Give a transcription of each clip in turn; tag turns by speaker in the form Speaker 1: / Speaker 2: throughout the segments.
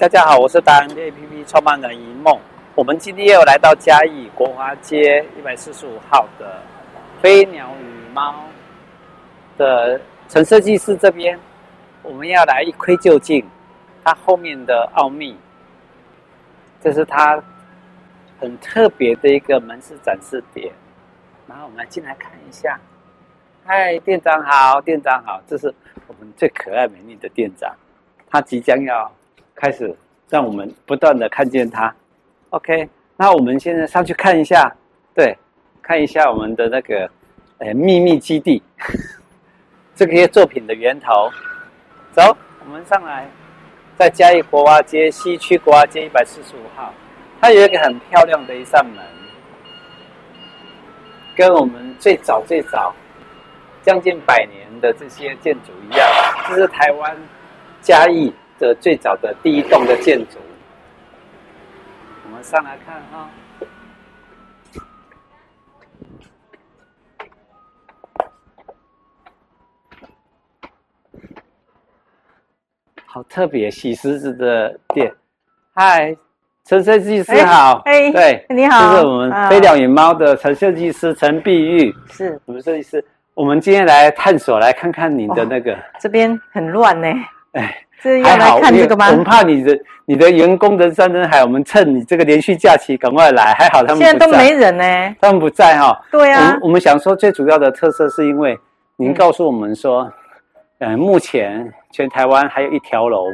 Speaker 1: 大家好，我是达人 APP 创办人一梦。我们今天又来到嘉义国华街一百四十五号的飞鸟与猫的陈设计师这边，我们要来一窥究竟它后面的奥秘。这是它很特别的一个门市展示点。然后我们来进来看一下。嗨，店长好，店长好，这是我们最可爱美丽的店长，他即将要开始让我们不断的看见他。OK，那我们现在上去看一下，对，看一下我们的那个呃秘密基地，这些作品的源头。走，我们上来，在嘉义国华街西区国华街一百四十五号，它有一个很漂亮的一扇门，跟我们最早最早将近百年的这些建筑一样，这是台湾嘉义的最早的第一栋的建筑。我们上来看哈、好特别，喜狮子的店。嗨，陈设计师
Speaker 2: 哎
Speaker 1: 好。
Speaker 2: 哎
Speaker 1: 对，
Speaker 2: 你好，
Speaker 1: 这是我们飞鸟与猫的陈设计师陈碧玉，
Speaker 2: 啊是
Speaker 1: 我们设计师。我们今天来探索，来看看你的那个，
Speaker 2: 这边很乱呢，
Speaker 1: 哎、
Speaker 2: 这哦要
Speaker 1: 还好
Speaker 2: 来看这个吗
Speaker 1: 因为？我们怕你的你的员工人山人海，我们趁你这个连续假期赶快来， 还好他们
Speaker 2: 现在都
Speaker 1: 不在
Speaker 2: 没人呢，
Speaker 1: 他们不在哈、
Speaker 2: 对
Speaker 1: 我
Speaker 2: 啊
Speaker 1: 们，我们想说最主要的特色是因为您
Speaker 2: 嗯
Speaker 1: 告诉我们说，呃，目前全台湾还有一条龙，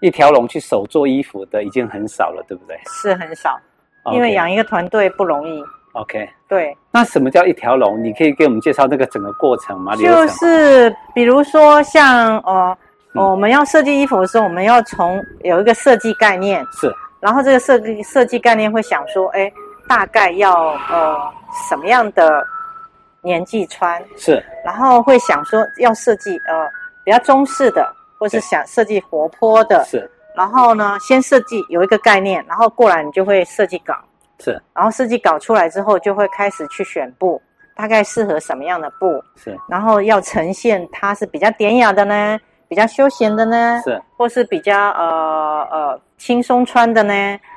Speaker 1: 一条龙去手做衣服的已经很少了，对不对？
Speaker 2: 是很少，因为
Speaker 1: OK，
Speaker 2: 养一个团队不容易。
Speaker 1: OK，
Speaker 2: 对，
Speaker 1: 那什么叫一条龙？你可以给我们介绍那个整个过程吗？流
Speaker 2: 就
Speaker 1: 程
Speaker 2: 是比如说像呃。
Speaker 1: 嗯
Speaker 2: 哦我们要设计衣服的时候，我们要从有一个设计概念，
Speaker 1: 是
Speaker 2: 然后这个设计设计概念会想说，哎，大概要呃什么样的年纪穿，
Speaker 1: 是
Speaker 2: 然后会想说要设计呃比较中式的，或是
Speaker 1: 对
Speaker 2: 想设计活泼的，
Speaker 1: 是
Speaker 2: 然后呢，先设计有一个概念，然后过来你就会设计稿，
Speaker 1: 是
Speaker 2: 然后设计稿出来之后，就会开始去选布，大概适合什么样的布，
Speaker 1: 是
Speaker 2: 然后要呈现它是比较典雅的呢，比较休闲的呢，
Speaker 1: 是
Speaker 2: 或是比较呃呃轻松穿的呢，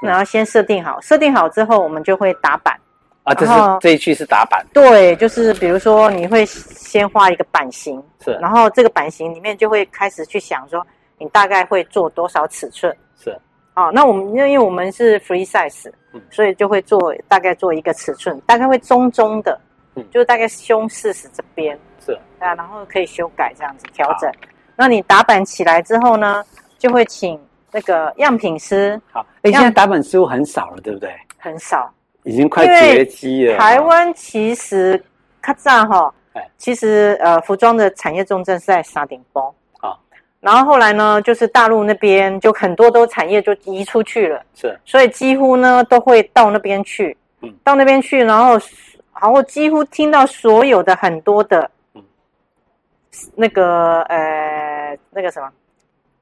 Speaker 1: 是
Speaker 2: 然后先设定好，设定好之后，我们就会打板。
Speaker 1: 啊，这是
Speaker 2: 然后
Speaker 1: 这一区是打板，
Speaker 2: 对，就是比如说你会先画一个版型，
Speaker 1: 是
Speaker 2: 然后这个版型里面就会开始去想说你大概会做多少尺寸。
Speaker 1: 是
Speaker 2: 哦，那我们因为因为我们是 free size，、
Speaker 1: 嗯
Speaker 2: 所以就会做大概做一个尺寸，大概会中中的，
Speaker 1: 嗯
Speaker 2: 就是大概胸四十这边，
Speaker 1: 是
Speaker 2: 对啊，然后可以修改这样子调整。
Speaker 1: 啊
Speaker 2: 那你打板起来之后呢，就会请那个样品师
Speaker 1: 好。哎，
Speaker 2: 那
Speaker 1: 现在打板似乎很少了，对不对？
Speaker 2: 很少，
Speaker 1: 已经快
Speaker 2: 因为
Speaker 1: 绝迹了。哦
Speaker 2: 台湾其实咔嚓哈
Speaker 1: 哎，
Speaker 2: 其实呃服装的产业重镇是在沙顶峰
Speaker 1: 啊
Speaker 2: 然后后来呢，就是大陆那边就很多都产业就移出去了。
Speaker 1: 是
Speaker 2: 所以几乎呢都会到那边去，
Speaker 1: 嗯
Speaker 2: 到那边去，然后然后几乎听到所有的很多的，
Speaker 1: 嗯
Speaker 2: 那个呃那个什么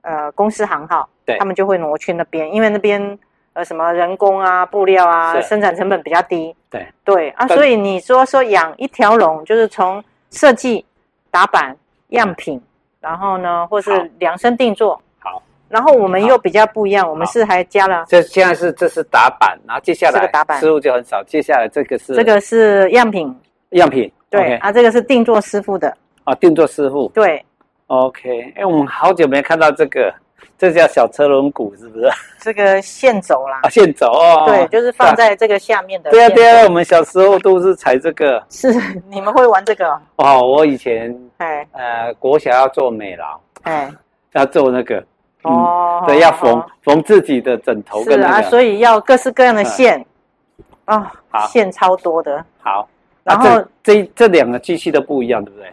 Speaker 2: 呃公司行号，
Speaker 1: 对
Speaker 2: 他们就会挪去那边，因为那边呃什么人工啊、布料啊，
Speaker 1: 是
Speaker 2: 生产成本比较低，
Speaker 1: 对
Speaker 2: 对啊，
Speaker 1: 但
Speaker 2: 所以你说说养一条龙，就是从设计、打板、样品，然后呢，或
Speaker 1: 嗯好
Speaker 2: 是量身定做。
Speaker 1: 好。
Speaker 2: 然后我们
Speaker 1: 好
Speaker 2: 又比较不一样，我们
Speaker 1: 好
Speaker 2: 是还加了
Speaker 1: 这现在是这是打板，然后接下来
Speaker 2: 这个打板
Speaker 1: 师傅就很少，接下来这个是
Speaker 2: 这个是样品，
Speaker 1: 样品，
Speaker 2: 对
Speaker 1: OK
Speaker 2: 啊，这个是定做师傅的，
Speaker 1: 啊，定做师傅
Speaker 2: 对，
Speaker 1: ，OK。哎，我们好久没看到这个，这叫小车轮毂是不是？
Speaker 2: 这个线轴啦
Speaker 1: 啊，，线轴哦，
Speaker 2: 对，就是放在这个下面的
Speaker 1: 对啊
Speaker 2: 线。
Speaker 1: 对啊，我们小时候都是踩这个。
Speaker 2: 是你们会玩这个哦？
Speaker 1: 哦，我以前
Speaker 2: 哎
Speaker 1: 呃国小要做美劳，
Speaker 2: 哎
Speaker 1: 要做那个，嗯
Speaker 2: 哦，
Speaker 1: 对，要
Speaker 2: 好
Speaker 1: 缝
Speaker 2: 好
Speaker 1: 缝自己的枕头
Speaker 2: 是
Speaker 1: 跟那
Speaker 2: 啊，
Speaker 1: 个。嗯
Speaker 2: 所以要各式各样的线啊
Speaker 1: 好，
Speaker 2: 线超多的。
Speaker 1: 好，
Speaker 2: 然
Speaker 1: 那
Speaker 2: 后
Speaker 1: 这这这两个机器都不一样，对不对？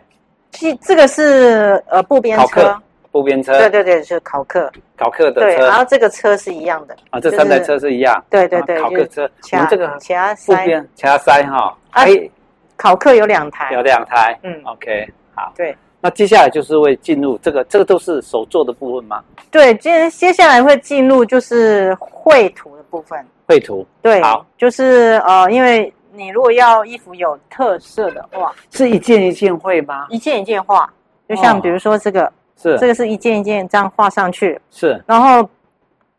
Speaker 2: 这这个是呃步边
Speaker 1: 考
Speaker 2: 车
Speaker 1: 克，步边车、
Speaker 2: 对对对，是考克，
Speaker 1: 考克的
Speaker 2: 对，
Speaker 1: 车
Speaker 2: 然后这个车是一样的，
Speaker 1: 啊，这
Speaker 2: 就是
Speaker 1: 三台车是一样。
Speaker 2: 对对对
Speaker 1: 啊考
Speaker 2: 就
Speaker 1: 克
Speaker 2: 是
Speaker 1: 车，我
Speaker 2: 卡
Speaker 1: 们这个
Speaker 2: 卡
Speaker 1: 步
Speaker 2: 塞，
Speaker 1: 边卡塞哈，
Speaker 2: 啊
Speaker 1: 哎，
Speaker 2: 考克有两台
Speaker 1: 有，两台。
Speaker 2: 嗯，
Speaker 1: OK，好。
Speaker 2: 对。
Speaker 1: 那接下来就是会进入这个，这个都是手做的部分吗？
Speaker 2: 对，接接下来会进入就是绘图的部分。
Speaker 1: 绘图
Speaker 2: 对，
Speaker 1: 好
Speaker 2: 就是呃，因为你如果要衣服有特色的话，
Speaker 1: 是一件一件绘吗？
Speaker 2: 一件一件画，就像
Speaker 1: 哦
Speaker 2: 比如说这个，
Speaker 1: 是
Speaker 2: 这个是一件一件这样画上去，
Speaker 1: 是
Speaker 2: 然后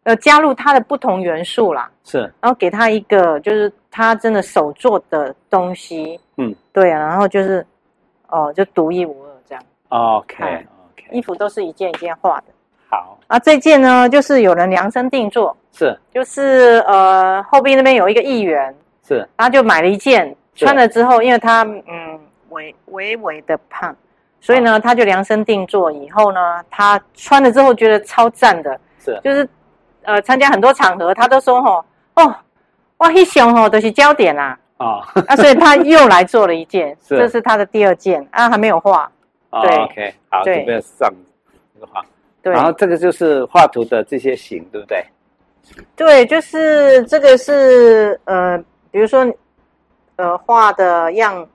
Speaker 2: 呃加入它的不同元素啦，
Speaker 1: 是
Speaker 2: 然后给他一个就是他真的手做的东西，
Speaker 1: 嗯，
Speaker 2: 对啊，然后就是哦、就独一无二这样，
Speaker 1: OK
Speaker 2: 哎
Speaker 1: OK，
Speaker 2: 衣服都是一件一件画的。
Speaker 1: 好
Speaker 2: 啊，这件呢就是有人量身定做，
Speaker 1: 是
Speaker 2: 就是呃后壁那边有一个议员，
Speaker 1: 是
Speaker 2: 他就买了一件，
Speaker 1: 是
Speaker 2: 穿了之后，因为他嗯微微微的胖，所以呢他就量身定做，以后呢他穿了之后觉得超赞的，
Speaker 1: 是
Speaker 2: 就是呃参加很多场合，他都说吼哦，哇一熊吼都是焦点啦、
Speaker 1: 啊
Speaker 2: 啊，所以他又来做了一件，
Speaker 1: 是
Speaker 2: 这是他的第二件啊，还没有画，
Speaker 1: 啊
Speaker 2: 对
Speaker 1: OK 好，
Speaker 2: 对
Speaker 1: 这边上这个画，
Speaker 2: 对，
Speaker 1: 然后这个就是画图的这些形，对不对？
Speaker 2: 对，就是这个是呃，比如说呃画的样，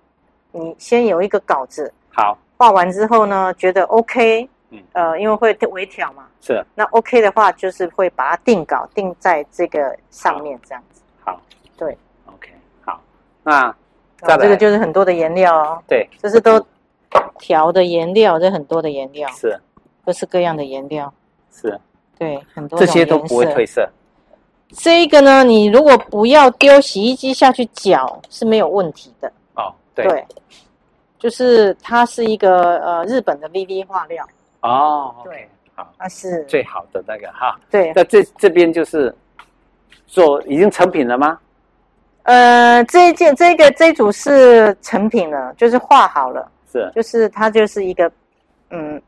Speaker 2: 你先有一个稿子，
Speaker 1: 好
Speaker 2: 画完之后呢，觉得 OK，
Speaker 1: 嗯
Speaker 2: 呃，因为会微调嘛，
Speaker 1: 是
Speaker 2: 那 OK 的话，就是会把它定稿定在这个上面这样子。
Speaker 1: 好
Speaker 2: 对
Speaker 1: OK 好，那
Speaker 2: 然
Speaker 1: 再
Speaker 2: 后这
Speaker 1: 来
Speaker 2: 个就是很多的颜料哦，
Speaker 1: 对
Speaker 2: 这是都调的颜料，这很多的颜料，
Speaker 1: 是
Speaker 2: 各式各样的颜料，
Speaker 1: 是
Speaker 2: 对，很多
Speaker 1: 这些都
Speaker 2: 种颜
Speaker 1: 不会
Speaker 2: 色
Speaker 1: 褪色，
Speaker 2: 这个呢，你如果不要丢洗衣机下去搅是没有问题的。
Speaker 1: 哦对
Speaker 2: 就是它是一个呃日本的 VV 画料，
Speaker 1: 哦 OK
Speaker 2: 对
Speaker 1: 好
Speaker 2: 它是
Speaker 1: 最好的那个哈，
Speaker 2: 对
Speaker 1: 那这这边就是做已经成品了吗？
Speaker 2: 呃这一件这个这一组是成品了，就是画好了，
Speaker 1: 是
Speaker 2: 就是它就是一个嗯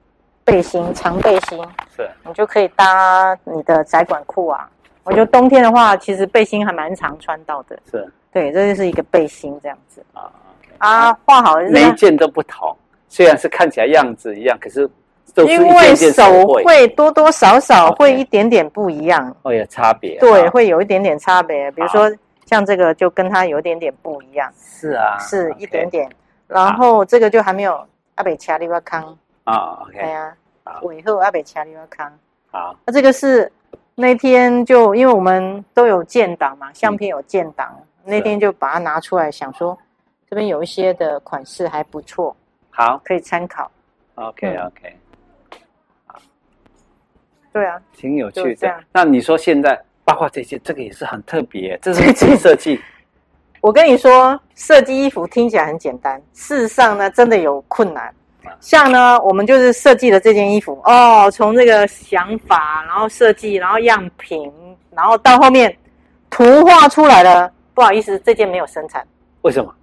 Speaker 2: 背心长背心，
Speaker 1: 是
Speaker 2: 你就可以搭你的窄管裤啊。我觉得冬天的话，其实背心还蛮常穿到的。
Speaker 1: 是
Speaker 2: 对，这就是一个背心这样子
Speaker 1: 啊，OK
Speaker 2: 啊，画好了
Speaker 1: 每一件都不同，虽然是看起来样子一样，可是都是一
Speaker 2: 因
Speaker 1: 件
Speaker 2: 为
Speaker 1: 件手
Speaker 2: 手
Speaker 1: 绘，
Speaker 2: 绘多多少少
Speaker 1: OK
Speaker 2: 会一点点不一样。
Speaker 1: 会哦有差别。
Speaker 2: 对，
Speaker 1: 啊
Speaker 2: 会有一点点差别。比如说像这个就跟它有一点点不一样，
Speaker 1: 是啊，
Speaker 2: 是
Speaker 1: OK
Speaker 2: 一点点。然后这个就还没有阿北卡利瓦康，
Speaker 1: 啊。
Speaker 2: 哎
Speaker 1: OK，
Speaker 2: 呀
Speaker 1: 好，
Speaker 2: 尾后阿北卡利瓦康。
Speaker 1: 好，
Speaker 2: 那这个是那天就因为我们都有建档嘛，相片有建档，
Speaker 1: 嗯
Speaker 2: 那天就把它拿出来，想说这边有一些的款式还不错，
Speaker 1: 好
Speaker 2: 可以参考。
Speaker 1: ，OK
Speaker 2: 嗯
Speaker 1: OK，
Speaker 2: 对啊，
Speaker 1: 挺有趣
Speaker 2: 就这
Speaker 1: 的
Speaker 2: 样。
Speaker 1: 那你说现在包括这些，这个也是很特 别，这是自己设计
Speaker 2: 我跟你说，设计衣服听起来很简单，事实上呢，真的有困难。像呢，我们就是设计了这件衣服哦，从这个想法，然后设计，然后样品，然后到后面图画出来了。不好意思，这件没有生产，
Speaker 1: 为什么？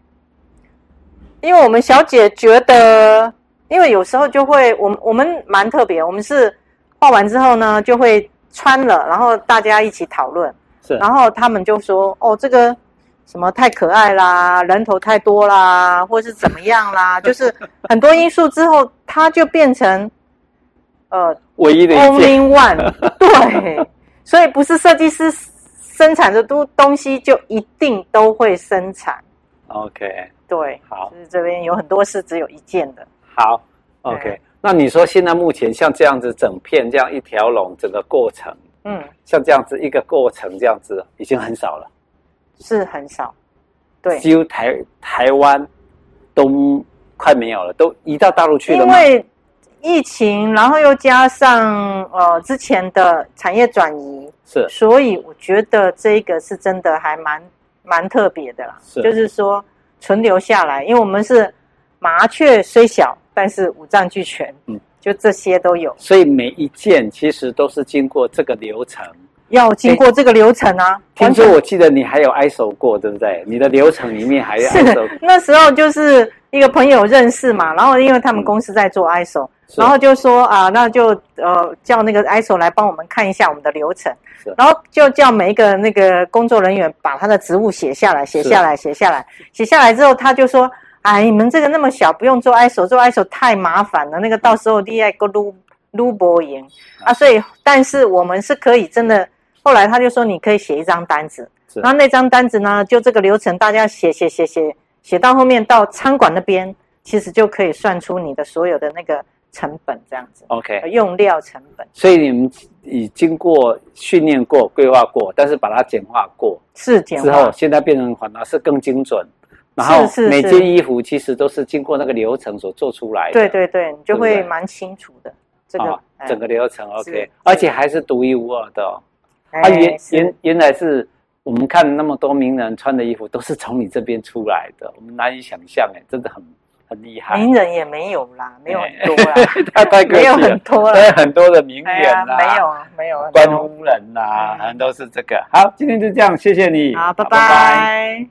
Speaker 2: 因为我们小姐觉得，因为有时候就会，我们我们蛮特别，我们是画完之后呢，就会穿了，然后大家一起讨论。
Speaker 1: 是
Speaker 2: 然后他们就说：“哦，这个什么太可爱啦，人头太多啦，或是怎么 样啦，就是很多因素之后，它就变成呃
Speaker 1: 唯一的一件
Speaker 2: only one 对，所以不是设计师生产的都东西就一定都会生产，
Speaker 1: OK，
Speaker 2: 对，
Speaker 1: 好
Speaker 2: 就是这边有很多是只有一件的，
Speaker 1: 好 OK
Speaker 2: 对。
Speaker 1: 那你说现在目前像这样子整片这样一条龙，整个过程
Speaker 2: 嗯，
Speaker 1: 像这样子一个过程这样子已经很少了，
Speaker 2: 是很少，对，
Speaker 1: 几乎台台湾都快没有了，都移到大陆去了
Speaker 2: 因
Speaker 1: 吗？
Speaker 2: 为疫情，然后又加上呃之前的产业转移。”
Speaker 1: 是
Speaker 2: 所以我觉得这个是真的还蛮蛮特别的啦，
Speaker 1: 是
Speaker 2: 就是说存留下来，因为我们是麻雀虽小，但是五脏俱全，
Speaker 1: 嗯哎
Speaker 2: 嗯，就这些都有，
Speaker 1: 所以每一件其实都是经过这个流程。
Speaker 2: 要经过这个流程啊。
Speaker 1: 听
Speaker 2: 完
Speaker 1: 说
Speaker 2: 全
Speaker 1: 我记得你还有 ISO 过，对不对？你的流程里面还有 ISO，
Speaker 2: 是那时候就是一个朋友认识嘛，然后因为他们
Speaker 1: 嗯
Speaker 2: 公司在做 ISO，、
Speaker 1: 是
Speaker 2: 然后就说啊，那就呃叫那个 ISO 来帮我们看一下我们的流程
Speaker 1: 是，
Speaker 2: 然后就叫每一个那个工作人员把他的职务写下来，写
Speaker 1: 是
Speaker 2: 下来，写下来，写下来之后，他就说，哎，你们这个那么小，不用做 ISO，做 ISO 太麻烦了，那个到时候厉害个撸撸波赢啊，所以但是我们是可以真的。后来他就说，你可以写一张单子，
Speaker 1: 是
Speaker 2: 然后那张单子呢，就这个流程，大家写写写写写到后面到餐馆那边，其实就可以算出你的所有的那个成本，这样子，
Speaker 1: OK。
Speaker 2: 用料成本
Speaker 1: 所以你们已经过训练过、规划过，但是把它简化过
Speaker 2: 是简
Speaker 1: 之后
Speaker 2: 化，，
Speaker 1: 现在变成反而是更精准。然后
Speaker 2: 是是
Speaker 1: 每件衣服其实都是经过那个流程所做出来的，
Speaker 2: 对对对，你就
Speaker 1: 对
Speaker 2: 会
Speaker 1: 不对
Speaker 2: 蛮清楚的这
Speaker 1: 啊，
Speaker 2: 个哎
Speaker 1: 整个流程
Speaker 2: 是
Speaker 1: OK，
Speaker 2: 对
Speaker 1: 而且还是独一无二的哦。它原
Speaker 2: 哎是
Speaker 1: 原原来是我们看那么多名人穿的衣服都是从你这边出来的，我们难以想象，哎，真的很很厉害。
Speaker 2: 名人也哎没有啦，没有 很多啦，
Speaker 1: 太啊哎太客
Speaker 2: 没
Speaker 1: 气
Speaker 2: 有
Speaker 1: 了，
Speaker 2: 很 多啦
Speaker 1: 对，很多的名
Speaker 2: 哎
Speaker 1: 媛
Speaker 2: 呀，
Speaker 1: 啦，
Speaker 2: 没有啊，没有啊，没有
Speaker 1: 关乎人啦、
Speaker 2: 嗯
Speaker 1: 好像都是这个。好，今天就这样，谢谢你。
Speaker 2: 好，拜
Speaker 1: 拜
Speaker 2: 拜